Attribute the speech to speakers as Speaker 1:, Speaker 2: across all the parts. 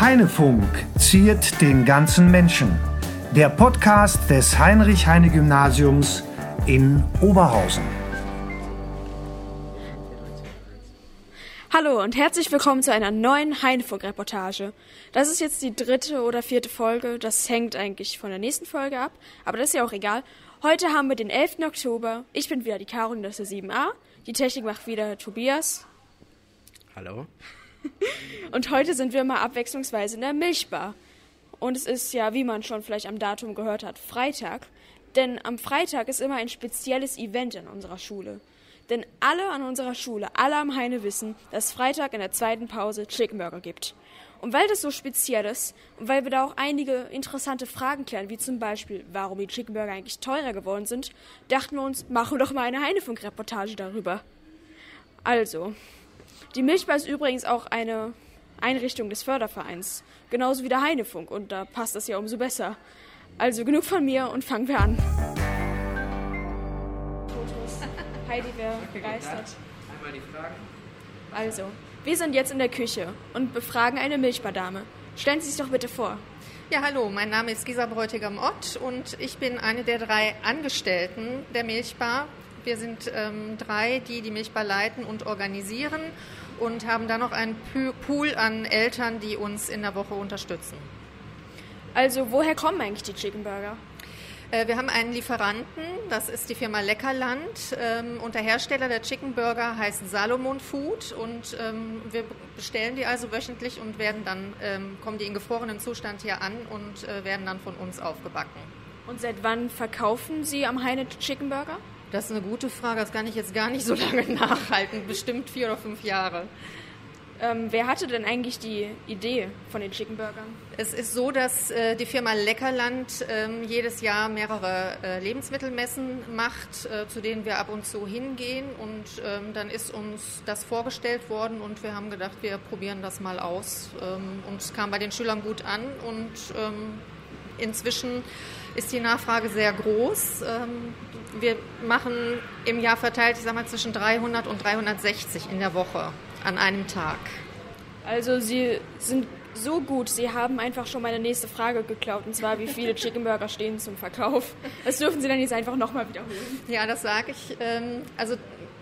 Speaker 1: Heinefunk ziert den ganzen Menschen. Der Podcast des Heinrich-Heine-Gymnasiums in Oberhausen.
Speaker 2: Hallo und herzlich willkommen zu einer neuen Heinefunk-Reportage. Das ist jetzt die dritte oder vierte Folge. Das hängt eigentlich von der nächsten Folge ab, aber das ist ja auch egal. Heute haben wir den 11. Oktober. Ich bin wieder die Karin, das ist der 7a. Die Technik macht wieder Tobias.
Speaker 3: Hallo?
Speaker 2: Und heute sind wir mal abwechslungsweise in der Milchbar. Und es ist ja, wie man schon vielleicht am Datum gehört hat, Freitag. Denn am Freitag ist immer ein spezielles Event in unserer Schule. Denn alle an unserer Schule, alle am Heine wissen, dass Freitag in der zweiten Pause Chickenburger gibt. Und weil das so speziell ist und weil wir da auch einige interessante Fragen klären, wie zum Beispiel, warum die Chickenburger eigentlich teurer geworden sind, dachten wir uns, machen wir doch mal eine Heinefunk-Reportage darüber. Also, die Milchbar ist übrigens auch eine Einrichtung des Fördervereins, genauso wie der Heinefunk, und da passt das ja umso besser. Also genug von mir und fangen wir an. Fotos. Heidi wäre begeistert.
Speaker 3: Einmal die Fragen.
Speaker 2: Also, wir sind jetzt in der Küche und befragen eine Milchbardame. Stellen Sie sich doch bitte vor.
Speaker 4: Ja, hallo, mein Name ist Gisa Bräutigam-Ott und ich bin eine der drei Angestellten der Milchbar. Wir sind ähm, drei, die die Milchbar leiten und organisieren und haben dann noch einen Pü- Pool an Eltern, die uns in der Woche unterstützen.
Speaker 2: Also, woher kommen eigentlich die Chickenburger?
Speaker 4: Äh, wir haben einen Lieferanten, das ist die Firma Leckerland ähm, und der Hersteller der Chicken Burger heißt Salomon Food und ähm, wir bestellen die also wöchentlich und werden dann, ähm, kommen die in gefrorenem Zustand hier an und äh, werden dann von uns aufgebacken.
Speaker 2: Und seit wann verkaufen Sie am Heine Chickenburger?
Speaker 4: Das ist eine gute Frage, das kann ich jetzt gar nicht so lange nachhalten, bestimmt vier oder fünf Jahre.
Speaker 2: Ähm, wer hatte denn eigentlich die Idee von den Chickenburgern?
Speaker 4: Es ist so, dass äh, die Firma Leckerland ähm, jedes Jahr mehrere äh, Lebensmittelmessen macht, äh, zu denen wir ab und zu hingehen. Und ähm, dann ist uns das vorgestellt worden und wir haben gedacht, wir probieren das mal aus. Ähm, und es kam bei den Schülern gut an und ähm, inzwischen ist die Nachfrage sehr groß. Ähm, wir machen im Jahr verteilt, ich sag mal, zwischen 300 und 360 in der Woche an einem Tag.
Speaker 2: Also Sie sind so gut, Sie haben einfach schon meine nächste Frage geklaut, und zwar, wie viele Chickenburger stehen zum Verkauf. Das dürfen Sie dann jetzt einfach nochmal wiederholen.
Speaker 4: Ja, das sage ich. Ähm, also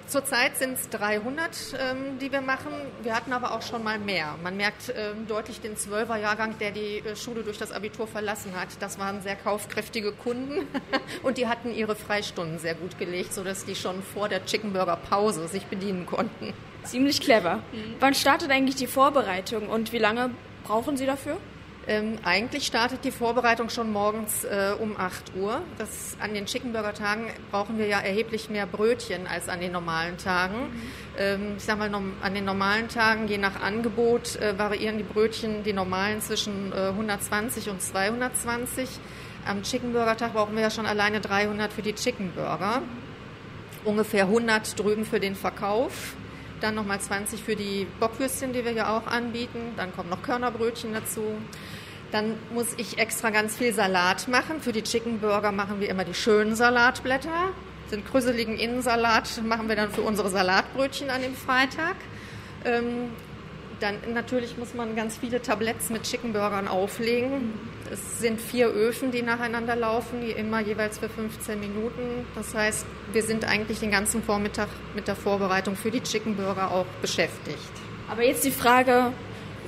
Speaker 4: zurzeit sind es 300, ähm, die wir machen. Wir hatten aber auch schon mal mehr. Man merkt ähm, deutlich den 12er Jahrgang, der die äh, Schule durch das Abitur verlassen hat. Das waren sehr kaufkräftige Kunden und die hatten ihre Freistunden sehr gut gelegt, sodass die schon vor der Chickenburger Pause sich bedienen konnten.
Speaker 2: Ziemlich clever. Mhm. Wann startet eigentlich die Vorbereitung und wie lange brauchen Sie dafür?
Speaker 4: Ähm, eigentlich startet die Vorbereitung schon morgens äh, um 8 Uhr. Das, an den Chickenburger Tagen brauchen wir ja erheblich mehr Brötchen als an den normalen Tagen. Ähm, ich sag mal, nom- an den normalen Tagen, je nach Angebot, äh, variieren die Brötchen, die normalen, zwischen äh, 120 und 220. Am Chickenburger Tag brauchen wir ja schon alleine 300 für die Chickenburger ungefähr 100 drüben für den Verkauf, dann nochmal 20 für die Bockwürstchen, die wir ja auch anbieten, dann kommen noch Körnerbrötchen dazu. Dann muss ich extra ganz viel Salat machen. Für die Chicken Burger machen wir immer die schönen Salatblätter. Den krüsseligen Innensalat machen wir dann für unsere Salatbrötchen an dem Freitag. Ähm, dann natürlich muss man ganz viele Tabletts mit Chickenburgern auflegen. Es sind vier Öfen, die nacheinander laufen, die immer jeweils für 15 Minuten. Das heißt, wir sind eigentlich den ganzen Vormittag mit der Vorbereitung für die Chickenburger auch beschäftigt.
Speaker 2: Aber jetzt die Frage,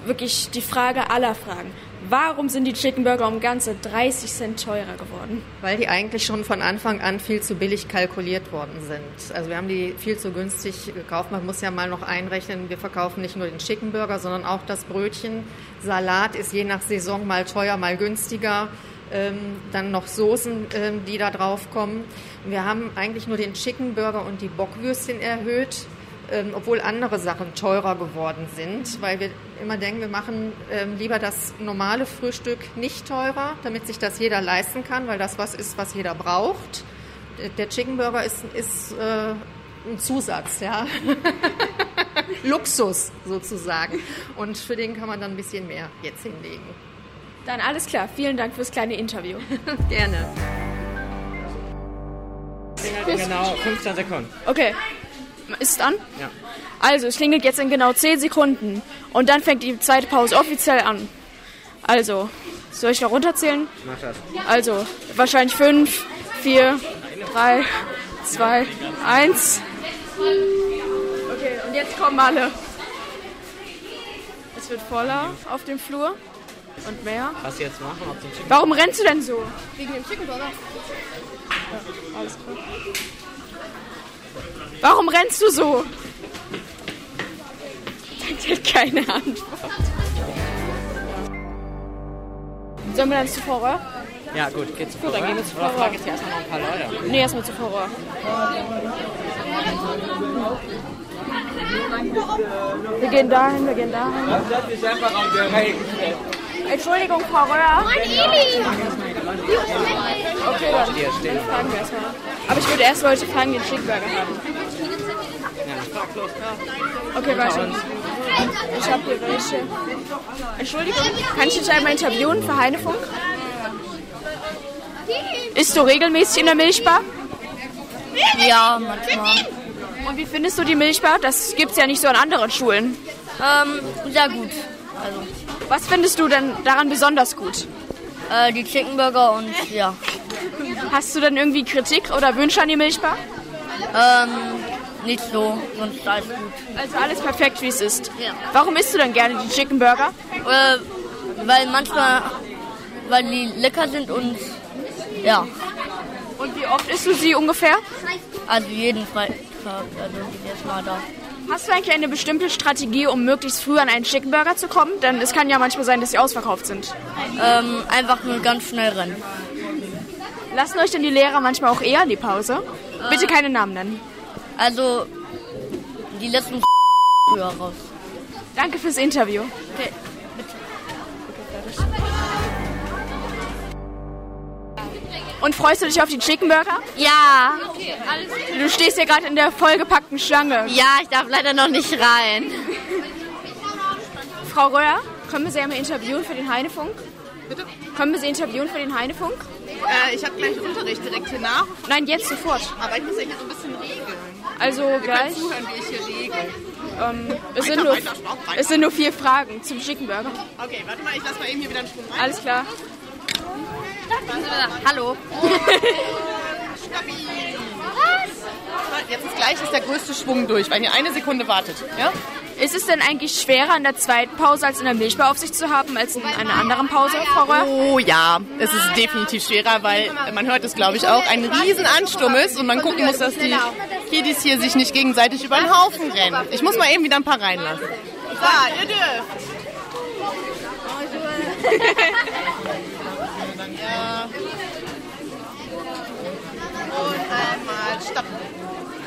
Speaker 2: wirklich die Frage aller Fragen. Warum sind die Chickenburger um ganze 30 Cent teurer geworden?
Speaker 4: Weil die eigentlich schon von Anfang an viel zu billig kalkuliert worden sind. Also wir haben die viel zu günstig gekauft. Man muss ja mal noch einrechnen, wir verkaufen nicht nur den Chickenburger, sondern auch das Brötchen. Salat ist je nach Saison mal teuer, mal günstiger. Ähm, dann noch Soßen, ähm, die da drauf kommen. Wir haben eigentlich nur den Chickenburger und die Bockwürstchen erhöht ähm, obwohl andere Sachen teurer geworden sind, weil wir immer denken, wir machen ähm, lieber das normale Frühstück nicht teurer, damit sich das jeder leisten kann, weil das was ist, was jeder braucht. Äh, Der Chicken Burger ist, ist äh, ein Zusatz, ja. Luxus sozusagen. Und für den kann man dann ein bisschen mehr jetzt hinlegen.
Speaker 2: Dann alles klar. Vielen Dank fürs kleine Interview.
Speaker 4: Gerne.
Speaker 3: Genau, 15 Sekunden.
Speaker 2: Okay. Ist es an?
Speaker 3: Ja.
Speaker 2: Also, es klingelt jetzt in genau 10 Sekunden. Und dann fängt die zweite Pause offiziell an. Also, soll ich da runterzählen?
Speaker 3: Mach das.
Speaker 2: Also, wahrscheinlich 5, 4, 3, 2, 1. Okay, und jetzt kommen alle. Es wird voller auf dem Flur und mehr.
Speaker 3: Was jetzt machen? Ob zum Chicken?
Speaker 2: Warum rennst du denn so?
Speaker 4: Wegen dem Chicken Burger.
Speaker 2: Alles klar. Warum rennst du so? Sagt halt keine Antwort. Sollen wir dann zu Fora?
Speaker 3: Ja, gut, geht's
Speaker 2: Gut,
Speaker 3: vor.
Speaker 2: dann gehen wir zu Fora.
Speaker 3: Jetzt erstmal noch ein paar Leute.
Speaker 2: Nee, erstmal zu Fora. Wir gehen dahin, wir gehen dahin. Entschuldigung, Frau Röhr. Moin, Eli. Okay, dann,
Speaker 3: Hier stehen.
Speaker 2: dann fragen wir erstmal. Aber ich würde erst Leute fragen, die einen Schickburger haben.
Speaker 3: Ja, frag los.
Speaker 2: Okay, warte. Ich habe hier welche. Entschuldigung, kann ich dich einmal interviewen für Heinefunk? Isst du regelmäßig in der Milchbar?
Speaker 5: Ja, manchmal.
Speaker 2: Und wie findest du die Milchbar? Das gibt's ja nicht so an anderen Schulen.
Speaker 5: Ähm, sehr gut. Also,
Speaker 2: Was findest du denn daran besonders gut?
Speaker 5: äh, die Chickenburger und ja.
Speaker 2: Hast du denn irgendwie Kritik oder Wünsche an die Milchbar?
Speaker 5: Ähm, nicht so, sonst alles gut.
Speaker 2: Also alles perfekt, wie es ist.
Speaker 5: Ja.
Speaker 2: Warum isst du dann gerne die Chicken Burger?
Speaker 5: Äh, weil manchmal, weil die lecker sind und ja.
Speaker 2: Und wie oft isst du sie ungefähr?
Speaker 5: Also jeden Freitag, also jedes Mal da.
Speaker 2: Hast du eigentlich eine bestimmte Strategie, um möglichst früh an einen Chicken Burger zu kommen? Denn es kann ja manchmal sein, dass sie ausverkauft sind.
Speaker 5: Ähm, einfach nur ganz schnell rennen.
Speaker 2: Lassen euch denn die Lehrer manchmal auch eher in die Pause? Bitte keine Namen nennen.
Speaker 5: Also, die letzten früher raus.
Speaker 2: Danke fürs Interview.
Speaker 5: Okay.
Speaker 2: Und freust du dich auf die Chicken Burger?
Speaker 6: Ja,
Speaker 2: Du stehst hier gerade in der vollgepackten Schlange.
Speaker 6: ja, ich darf leider noch nicht rein.
Speaker 2: Frau Röhr, können wir Sie einmal interviewen für den Heinefunk? Bitte? Können wir Sie interviewen für den Heinefunk?
Speaker 7: Äh, ich habe gleich Unterricht direkt hier nach,
Speaker 2: Nein, jetzt sofort.
Speaker 7: aber ich muss euch jetzt ein bisschen regeln.
Speaker 2: Also
Speaker 7: Mal
Speaker 2: gleich.
Speaker 7: zuhören, wie ich hier regel.
Speaker 2: Ähm, es, sind nur,
Speaker 7: weiter, Schwab, weiter.
Speaker 2: es sind nur vier Fragen zum Chickenburger.
Speaker 7: Okay, warte mal, ich lasse mal eben hier wieder einen Strom rein.
Speaker 2: Alles klar.
Speaker 6: Hallo.
Speaker 7: Jetzt ist gleich ist der größte Schwung durch, wenn ihr eine Sekunde wartet. Ja?
Speaker 2: Ist es denn eigentlich schwerer, in der zweiten Pause als in der Milchbar auf sich zu haben, als in einer anderen Pause, Frau Röhr?
Speaker 7: Oh ja, es ist definitiv schwerer, weil man hört es, glaube ich, auch, ein riesen Ansturm ist und man gucken muss, dass die Kiddies hier sich nicht gegenseitig über den Haufen rennen. Ich muss mal eben wieder ein paar reinlassen. So, ihr dürft.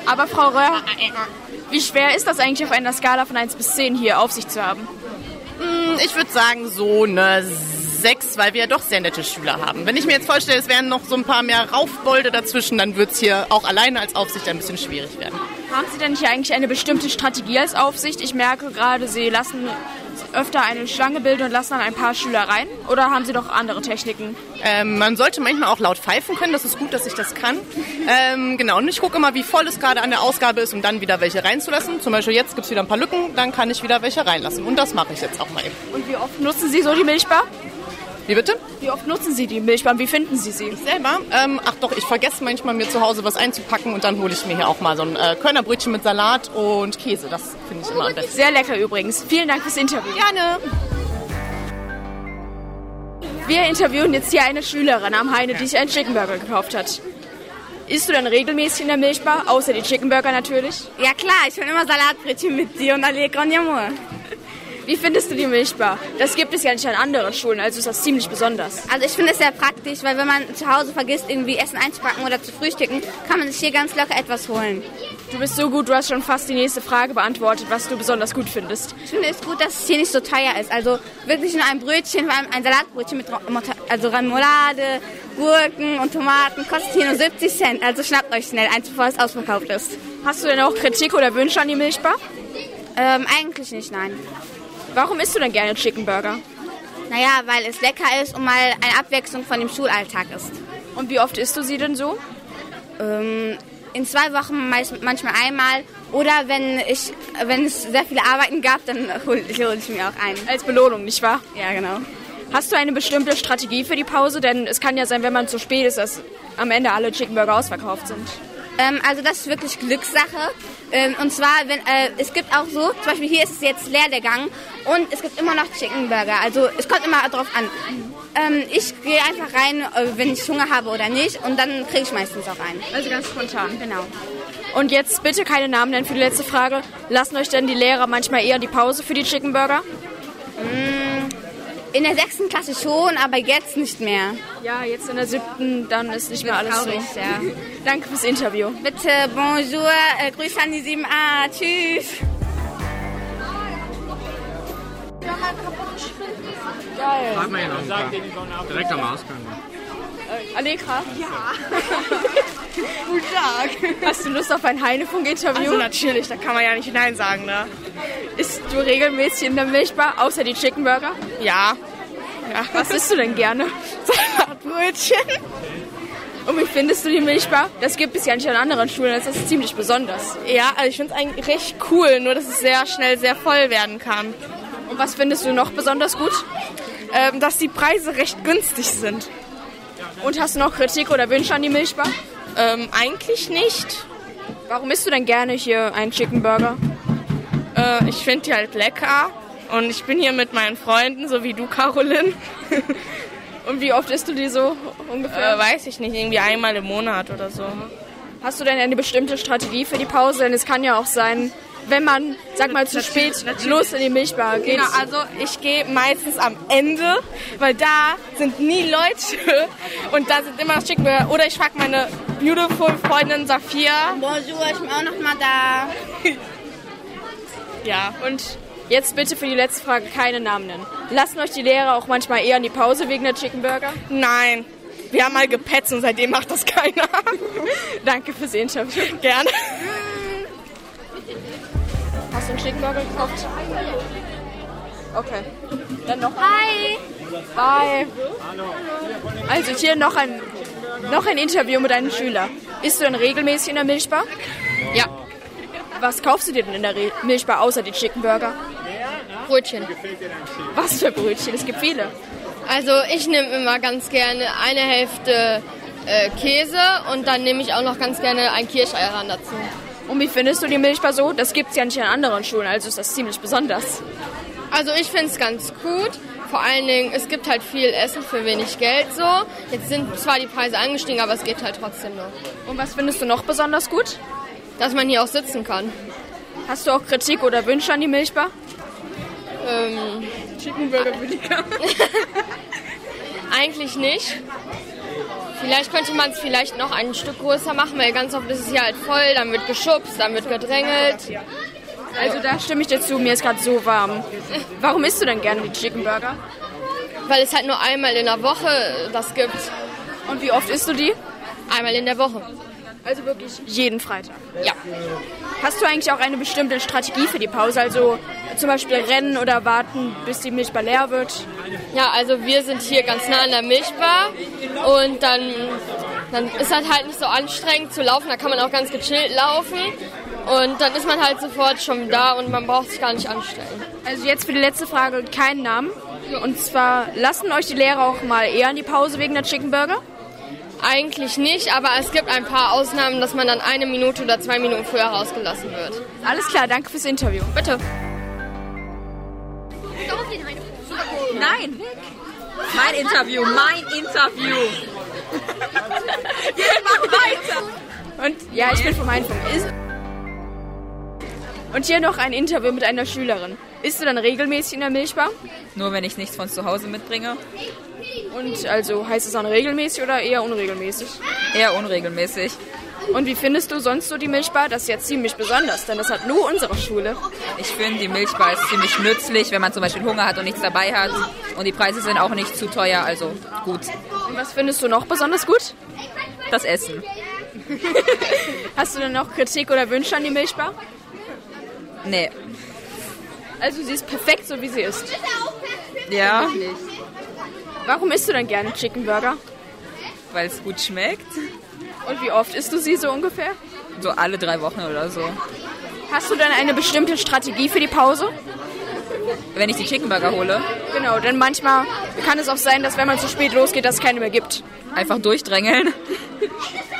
Speaker 2: Aber Frau Röhr, wie schwer ist das eigentlich auf einer Skala von 1 bis 10 hier auf sich zu haben?
Speaker 7: Ich würde sagen so eine 6, weil wir ja doch sehr nette Schüler haben. Wenn ich mir jetzt vorstelle, es wären noch so ein paar mehr Raufbolde dazwischen, dann wird es hier auch alleine als Aufsicht ein bisschen schwierig werden.
Speaker 2: Haben Sie denn hier eigentlich eine bestimmte Strategie als Aufsicht? Ich merke gerade, Sie lassen öfter eine Schlange bilden und lassen dann ein paar Schüler rein. Oder haben Sie doch andere Techniken?
Speaker 7: Ähm, man sollte manchmal auch laut pfeifen können, das ist gut, dass ich das kann. Ähm, genau, und ich gucke immer, wie voll es gerade an der Ausgabe ist, um dann wieder welche reinzulassen. Zum Beispiel jetzt gibt es wieder ein paar Lücken, dann kann ich wieder welche reinlassen. Und das mache ich jetzt auch mal eben.
Speaker 2: Und wie oft nutzen Sie so die Milchbar?
Speaker 7: Wie bitte?
Speaker 2: Wie oft nutzen Sie die Milchbar und wie finden Sie sie?
Speaker 7: Selber? Ähm, ach doch, ich vergesse manchmal mir zu Hause was einzupacken und dann hole ich mir hier auch mal so ein äh, Körnerbrötchen mit Salat und Käse. Das finde ich immer am besten.
Speaker 2: Sehr lecker übrigens. Vielen Dank fürs Interview.
Speaker 7: Gerne!
Speaker 2: Wir interviewen jetzt hier eine Schülerin am Heine, die sich einen Chickenburger gekauft hat. Isst du denn regelmäßig in der Milchbar? Außer die Chickenburger natürlich.
Speaker 6: Ja klar, ich hole immer Salatbrötchen mit dir und Allegro und Jamur.
Speaker 2: Wie findest du die Milchbar? Das gibt es ja nicht an anderen Schulen, also ist das ziemlich besonders.
Speaker 6: Also ich finde es sehr praktisch, weil wenn man zu Hause vergisst, irgendwie Essen einzupacken oder zu frühstücken, kann man sich hier ganz locker etwas holen.
Speaker 2: Du bist so gut, du hast schon fast die nächste Frage beantwortet, was du besonders gut findest.
Speaker 6: Ich finde es gut, dass es hier nicht so teuer ist. Also wirklich nur ein Brötchen, vor allem ein Salatbrötchen mit Ra- Mota- also Marmelade, Gurken und Tomaten kostet hier nur 70 Cent. Also schnappt euch schnell eins, bevor es ausverkauft ist.
Speaker 2: Hast du denn auch Kritik oder Wünsche an die Milchbar?
Speaker 6: Ähm, eigentlich nicht, nein.
Speaker 2: Warum isst du denn gerne Chickenburger?
Speaker 6: Naja, weil es lecker ist und mal eine Abwechslung von dem Schulalltag ist.
Speaker 2: Und wie oft isst du sie denn so?
Speaker 6: Ähm, in zwei Wochen meist, manchmal einmal. Oder wenn, ich, wenn es sehr viele Arbeiten gab, dann hole hol ich mir auch einen.
Speaker 2: Als Belohnung, nicht wahr?
Speaker 6: Ja, genau.
Speaker 2: Hast du eine bestimmte Strategie für die Pause? Denn es kann ja sein, wenn man zu spät ist, dass am Ende alle Chickenburger ausverkauft sind.
Speaker 6: Ähm, also das ist wirklich Glückssache. Ähm, und zwar, wenn, äh, es gibt auch so, zum Beispiel hier ist es jetzt leer der Gang und es gibt immer noch Chicken Burger. Also es kommt immer drauf an. Ähm, ich gehe einfach rein, äh, wenn ich Hunger habe oder nicht und dann kriege ich meistens auch einen.
Speaker 2: Also ganz spontan.
Speaker 6: Genau.
Speaker 2: Und jetzt bitte keine Namen nennen für die letzte Frage. Lassen euch denn die Lehrer manchmal eher die Pause für die Chickenburger?
Speaker 6: In der sechsten Klasse schon, aber jetzt nicht mehr.
Speaker 2: Ja, jetzt in der siebten, dann ist nicht mehr alles so.
Speaker 6: Traurig, ja.
Speaker 2: Danke fürs Interview.
Speaker 6: Bitte, bonjour, äh, Grüße an die 7a, tschüss.
Speaker 3: Frag mal jemanden. da. Direkt am Ausgang.
Speaker 2: Allegra? Ja. Guten Tag. Hast du Lust auf ein Heinefunk-Interview?
Speaker 7: Also natürlich, da kann man ja nicht Nein sagen, ne?
Speaker 2: Isst du regelmäßig in der Milchbar, außer die Chickenburger?
Speaker 7: Ja.
Speaker 2: Was isst du denn gerne? Salatbrötchen. Und wie findest du die Milchbar? Das gibt es ja nicht an anderen Schulen, das ist ziemlich besonders.
Speaker 7: Ja, also ich finde es eigentlich recht cool, nur dass es sehr schnell sehr voll werden kann.
Speaker 2: Und was findest du noch besonders gut?
Speaker 7: Ähm, dass die Preise recht günstig sind.
Speaker 2: Und hast du noch Kritik oder Wünsche an die Milchbar?
Speaker 7: Ähm, eigentlich nicht.
Speaker 2: Warum isst du denn gerne hier einen Chickenburger?
Speaker 7: Äh, ich finde die halt lecker. Und ich bin hier mit meinen Freunden, so wie du, Caroline.
Speaker 2: Und wie oft isst du die so
Speaker 7: Äh,
Speaker 2: ungefähr?
Speaker 7: weiß ich nicht, irgendwie einmal im Monat oder so.
Speaker 2: Hast du denn eine bestimmte Strategie für die Pause? Denn es kann ja auch sein, wenn man, sag mal, zu spät los in die Milchbar geht.
Speaker 7: Genau, also ich gehe meistens am Ende, weil da sind nie Leute und da sind immer noch Chickenburger. Oder ich frage meine beautiful Freundin Safia.
Speaker 6: Bonjour, ich bin auch noch mal da.
Speaker 7: Ja,
Speaker 2: Und jetzt bitte für die letzte Frage keine Namen nennen. Lassen euch die Lehrer auch manchmal eher in die Pause wegen der Chickenburger?
Speaker 7: nein, wir haben mal gepetzt und seitdem macht das keiner.
Speaker 2: Danke fürs Interview.
Speaker 7: Gerne.
Speaker 2: Hast du einen Chickenburger gekauft? Okay. Dann noch.
Speaker 6: Hi.
Speaker 2: Bye. Also hier noch ein, noch ein Interview mit einem Schüler. Isst du denn regelmäßig in der Milchbar?
Speaker 8: Ja.
Speaker 2: Was kaufst du dir denn in der Re Milchbar außer die Chickenburger?
Speaker 8: Brötchen.
Speaker 2: Was für Brötchen? Es gibt viele.
Speaker 8: Also ich nehme immer ganz gerne eine Hälfte äh, Käse und dann nehme ich auch noch ganz gerne ein Kirschei ran dazu.
Speaker 2: Und wie findest du die Milchbar so? Das gibt's ja nicht an anderen Schulen, also ist das ziemlich besonders.
Speaker 8: Also ich finde es ganz gut. Vor allen Dingen, es gibt halt viel Essen für wenig Geld so. Jetzt sind zwar die Preise angestiegen, aber es geht halt trotzdem noch.
Speaker 2: Und was findest du noch besonders gut?
Speaker 8: Dass man hier auch sitzen kann.
Speaker 2: Hast du auch Kritik oder Wünsche an die Milchbar?
Speaker 8: Ähm, eigentlich nicht. Vielleicht könnte man es vielleicht noch ein Stück größer machen, weil ganz oft ist es hier halt voll, dann wird geschubst, dann wird gedrängelt.
Speaker 2: Also da stimme ich dir zu, mir ist gerade so warm. Warum isst du denn gerne die Chickenburger?
Speaker 8: Weil es halt nur einmal in der Woche das gibt.
Speaker 2: Und wie oft isst du die?
Speaker 8: Einmal in der Woche.
Speaker 2: Also wirklich jeden Freitag.
Speaker 8: Ja.
Speaker 2: Hast du eigentlich auch eine bestimmte Strategie für die Pause? Also zum Beispiel rennen oder warten, bis die Milchbar leer wird?
Speaker 8: Ja, also wir sind hier ganz nah an der Milchbar und dann, dann ist das halt nicht so anstrengend zu laufen. Da kann man auch ganz gechillt laufen und dann ist man halt sofort schon da und man braucht sich gar nicht anstellen.
Speaker 2: Also jetzt für die letzte Frage keinen Namen. Und zwar lassen euch die Lehrer auch mal eher in die Pause wegen der Chickenburger?
Speaker 8: Eigentlich nicht, aber es gibt ein paar Ausnahmen, dass man dann eine Minute oder zwei Minuten früher rausgelassen wird.
Speaker 2: Alles klar, danke fürs Interview.
Speaker 8: Bitte.
Speaker 9: Nein. Mein Interview, mein Interview. Geh mal weiter.
Speaker 2: Und ja, ich bin vom Einfunk. Ist- Und hier noch ein Interview mit einer Schülerin. Isst du dann regelmäßig in der Milchbar?
Speaker 9: Nur wenn ich nichts von zu Hause mitbringe.
Speaker 2: Und also heißt es dann regelmäßig oder eher unregelmäßig?
Speaker 9: Eher unregelmäßig.
Speaker 2: Und wie findest du sonst so die Milchbar? Das ist ja ziemlich besonders, denn das hat nur unsere Schule.
Speaker 9: Ich finde, die Milchbar ist ziemlich nützlich, wenn man zum Beispiel Hunger hat und nichts dabei hat. Und die Preise sind auch nicht zu teuer, also gut.
Speaker 2: Und was findest du noch besonders gut?
Speaker 9: Das Essen.
Speaker 2: Hast du denn noch Kritik oder Wünsche an die Milchbar?
Speaker 9: Nee.
Speaker 2: Also sie ist perfekt, so wie sie ist.
Speaker 9: Ja,
Speaker 2: Warum isst du denn gerne Chicken Burger?
Speaker 9: weil es gut schmeckt.
Speaker 2: Und wie oft isst du sie so ungefähr?
Speaker 9: So alle drei Wochen oder so.
Speaker 2: Hast du denn eine bestimmte Strategie für die Pause?
Speaker 9: wenn ich die Chickenburger hole.
Speaker 2: Genau, denn manchmal kann es auch sein, dass wenn man zu spät losgeht, dass es keine mehr gibt.
Speaker 9: Einfach durchdrängeln.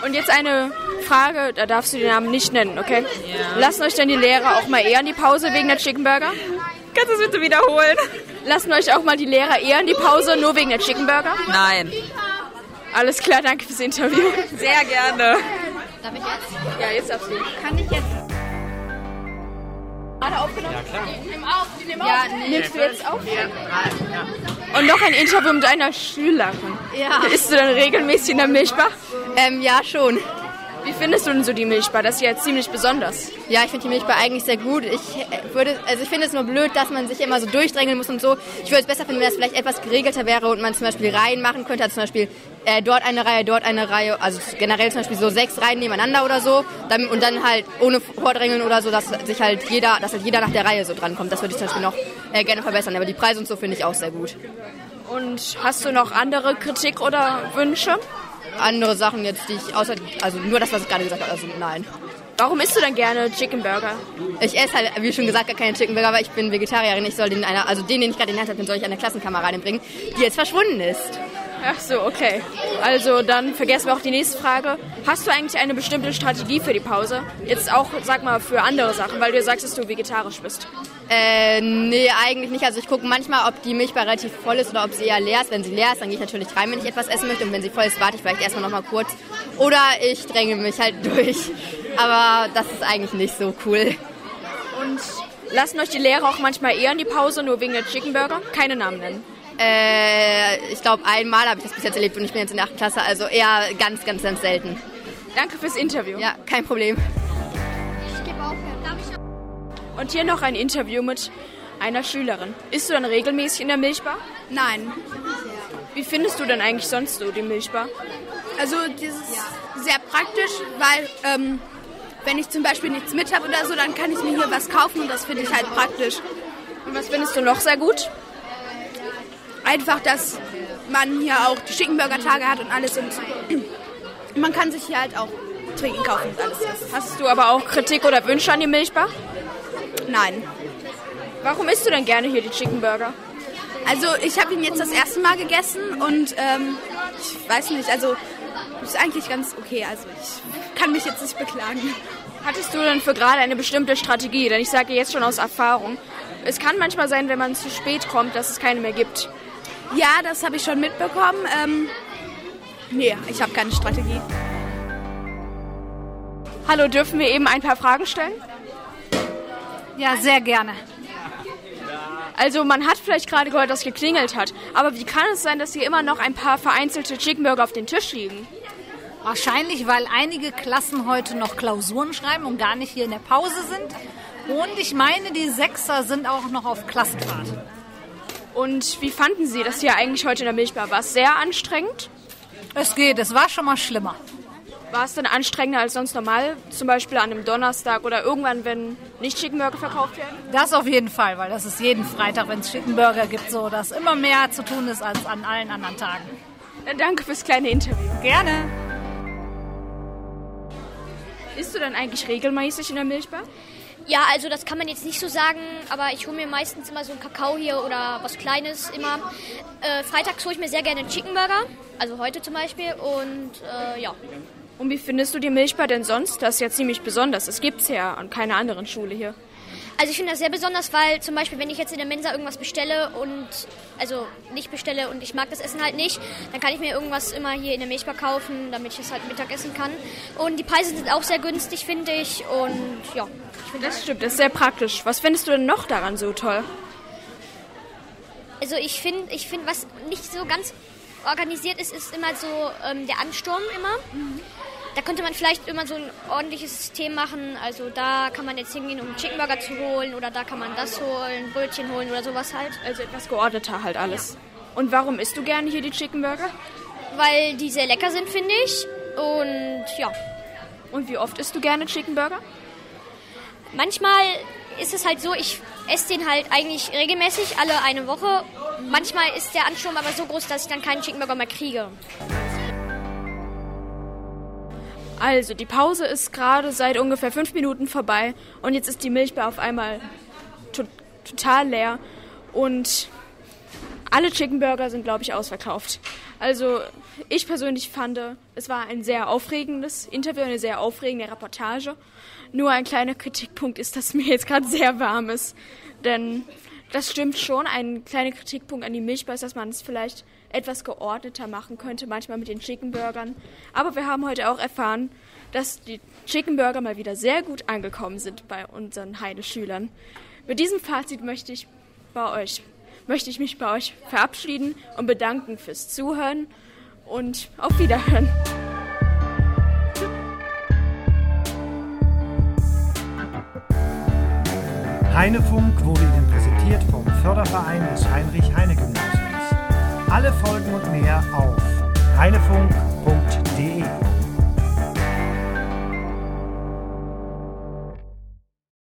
Speaker 2: Und jetzt eine Frage, da darfst du den Namen nicht nennen, okay? Lassen euch denn die Lehrer auch mal eher in die Pause wegen der Chickenburger?
Speaker 9: Kannst du es bitte wiederholen?
Speaker 2: Lassen euch auch mal die Lehrer eher in die Pause, nur wegen der Chickenburger?
Speaker 9: Nein.
Speaker 2: Alles klar, danke fürs Interview.
Speaker 9: Sehr gerne.
Speaker 2: Darf ich jetzt? Ja, jetzt darfst du.
Speaker 7: Kann ich jetzt?
Speaker 2: Alle aufgenommen? Ja, klar.
Speaker 7: Ja,
Speaker 2: Nimmst du jetzt auf? Und noch ein Interview mit einer Schülerin.
Speaker 7: Ja.
Speaker 2: Isst du dann regelmäßig in der Milchbar?
Speaker 7: ähm, ja schon.
Speaker 2: Wie findest du denn so die Milchbar? Das ist ja jetzt ziemlich besonders.
Speaker 7: Ja, ich finde die Milchbar eigentlich sehr gut. Ich äh, würde, also ich finde es nur blöd, dass man sich immer so durchdrängeln muss und so. Ich würde es besser finden, wenn das vielleicht etwas geregelter wäre und man zum Beispiel Reihen machen könnte, also zum Beispiel äh, dort eine Reihe, dort eine Reihe, also generell zum Beispiel so sechs Reihen nebeneinander oder so, dann, und dann halt ohne Vordrängeln oder so, dass sich halt jeder, dass halt jeder nach der Reihe so drankommt. Das würde ich zum Beispiel noch äh, gerne verbessern. Aber die Preise und so finde ich auch sehr gut.
Speaker 2: Und hast du noch andere Kritik oder Wünsche?
Speaker 7: Andere Sachen jetzt, die ich außer, also nur das, was ich gerade gesagt habe, also nein.
Speaker 2: Warum isst du dann gerne Chicken Burger?
Speaker 7: Ich esse halt, wie schon gesagt, gar keine Chicken Burger, aber ich bin Vegetarierin. Ich soll den einer, also den, den ich gerade in der Hand habe, den soll ich einer Klassenkameradin bringen, die jetzt verschwunden ist.
Speaker 2: Ach so, okay. Also dann vergessen wir auch die nächste Frage. Hast du eigentlich eine bestimmte Strategie für die Pause? Jetzt auch, sag mal, für andere Sachen, weil du ja sagst, dass du vegetarisch bist.
Speaker 7: Äh, nee, eigentlich nicht. Also ich gucke manchmal, ob die Milchbar relativ voll ist oder ob sie eher leer ist. Wenn sie leer ist, dann gehe ich natürlich rein, wenn ich etwas essen möchte. Und wenn sie voll ist, warte ich vielleicht erstmal nochmal kurz. Oder ich dränge mich halt durch. Aber Ah, das ist eigentlich nicht so cool.
Speaker 2: Und lassen euch die Lehrer auch manchmal eher in die Pause, nur wegen der Chicken Burger? Keine Namen nennen.
Speaker 7: Äh, ich glaube, einmal habe ich das bis jetzt erlebt und ich bin jetzt in der 8. Klasse. Also eher ganz, ganz, ganz selten.
Speaker 2: Danke fürs Interview.
Speaker 7: Ja, kein Problem.
Speaker 2: Und hier noch ein Interview mit einer Schülerin. Isst du dann regelmäßig in der Milchbar?
Speaker 10: Nein.
Speaker 2: Wie findest du denn eigentlich sonst so die Milchbar?
Speaker 10: Also das ist sehr praktisch, weil ähm, wenn ich zum Beispiel nichts mit habe oder so, dann kann ich mir hier was kaufen und das finde ich halt praktisch.
Speaker 2: Und was findest du noch sehr gut?
Speaker 10: Einfach, dass man hier auch die Schickenburger-Tage hat und alles und man kann sich hier halt auch trinken kaufen und alles.
Speaker 2: Hast du aber auch Kritik oder Wünsche an die Milchbar?
Speaker 10: Nein.
Speaker 2: Warum isst du denn gerne hier die Chicken Burger?
Speaker 10: Also ich habe ihn jetzt das erste Mal gegessen und ähm, ich weiß nicht, also ist eigentlich ganz okay. Also ich kann mich jetzt nicht beklagen.
Speaker 2: Hattest du denn für gerade eine bestimmte Strategie? Denn ich sage jetzt schon aus Erfahrung, es kann manchmal sein, wenn man zu spät kommt, dass es keine mehr gibt.
Speaker 10: Ja, das habe ich schon mitbekommen. Ähm, nee, ich habe keine Strategie.
Speaker 2: Hallo, dürfen wir eben ein paar Fragen stellen?
Speaker 6: Ja, sehr gerne.
Speaker 2: Also man hat vielleicht gerade gehört, dass geklingelt hat. Aber wie kann es sein, dass hier immer noch ein paar vereinzelte Chickenburger auf den Tisch liegen?
Speaker 6: Wahrscheinlich, weil einige Klassen heute noch Klausuren schreiben und gar nicht hier in der Pause sind. Und ich meine, die Sechser sind auch noch auf Klassenfahrt.
Speaker 2: Und wie fanden Sie das hier eigentlich heute in der Milchbar? War es sehr anstrengend?
Speaker 6: Es geht, es war schon mal schlimmer.
Speaker 2: War es denn anstrengender als sonst normal? Zum Beispiel an einem Donnerstag oder irgendwann, wenn nicht Chickenburger verkauft werden?
Speaker 6: Das auf jeden Fall, weil das ist jeden Freitag, wenn es Chickenburger gibt, so dass immer mehr zu tun ist als an allen anderen Tagen.
Speaker 2: Dann Äh, danke fürs kleine Interview.
Speaker 6: Gerne.
Speaker 2: Isst du dann eigentlich regelmäßig in der Milchbar?
Speaker 8: Ja, also das kann man jetzt nicht so sagen, aber ich hole mir meistens immer so einen Kakao hier oder was Kleines immer. Äh, freitags hole ich mir sehr gerne einen Chickenburger, also heute zum Beispiel und äh, ja.
Speaker 2: Und wie findest du die Milchbar denn sonst? Das ist ja ziemlich besonders. Es gibt's ja an keiner anderen Schule hier.
Speaker 8: Also ich finde das sehr besonders, weil zum Beispiel, wenn ich jetzt in der Mensa irgendwas bestelle und also nicht bestelle und ich mag das Essen halt nicht, dann kann ich mir irgendwas immer hier in der Milchbar kaufen, damit ich es halt Mittag essen kann. Und die Preise sind auch sehr günstig, finde ich. Und ja, ich finde
Speaker 2: Das stimmt, das ist sehr praktisch. Was findest du denn noch daran so toll?
Speaker 8: Also ich finde, ich finde, was nicht so ganz organisiert ist, ist immer so ähm, der Ansturm immer. Da könnte man vielleicht immer so ein ordentliches System machen. Also da kann man jetzt hingehen, um einen Chickenburger zu holen oder da kann man das holen, Brötchen holen oder sowas halt.
Speaker 2: Also etwas geordneter halt alles. Und warum isst du gerne hier die Chickenburger?
Speaker 8: Weil die sehr lecker sind, finde ich. Und ja,
Speaker 2: Und wie oft isst du gerne Chickenburger?
Speaker 8: manchmal ist es halt so, ich esse den halt eigentlich regelmäßig, alle eine Woche. Manchmal ist der Ansturm aber so groß, dass ich dann keinen Chickenburger mehr kriege.
Speaker 2: Also, die Pause ist gerade seit ungefähr fünf Minuten vorbei und jetzt ist die Milchbar auf einmal to total leer. Und alle Chicken Burger sind, glaube ich, ausverkauft. Also ich persönlich fand, es war ein sehr aufregendes Interview, eine sehr aufregende Reportage. Nur ein kleiner Kritikpunkt ist, dass mir jetzt gerade sehr warm ist. Denn das stimmt schon, ein kleiner Kritikpunkt an die Milchbar ist, dass man es vielleicht etwas geordneter machen könnte, manchmal mit den Chicken Burgern. Aber wir haben heute auch erfahren, dass die Chicken Burger mal wieder sehr gut angekommen sind bei unseren Heide-Schülern. Mit diesem Fazit möchte ich bei euch möchte ich mich bei euch verabschieden und bedanken fürs Zuhören und auf Wiederhören.
Speaker 1: Heinefunk wurde Ihnen präsentiert vom Förderverein des Heinrich-Heine-Gymnasiums. Alle Folgen und mehr auf heinefunk.de.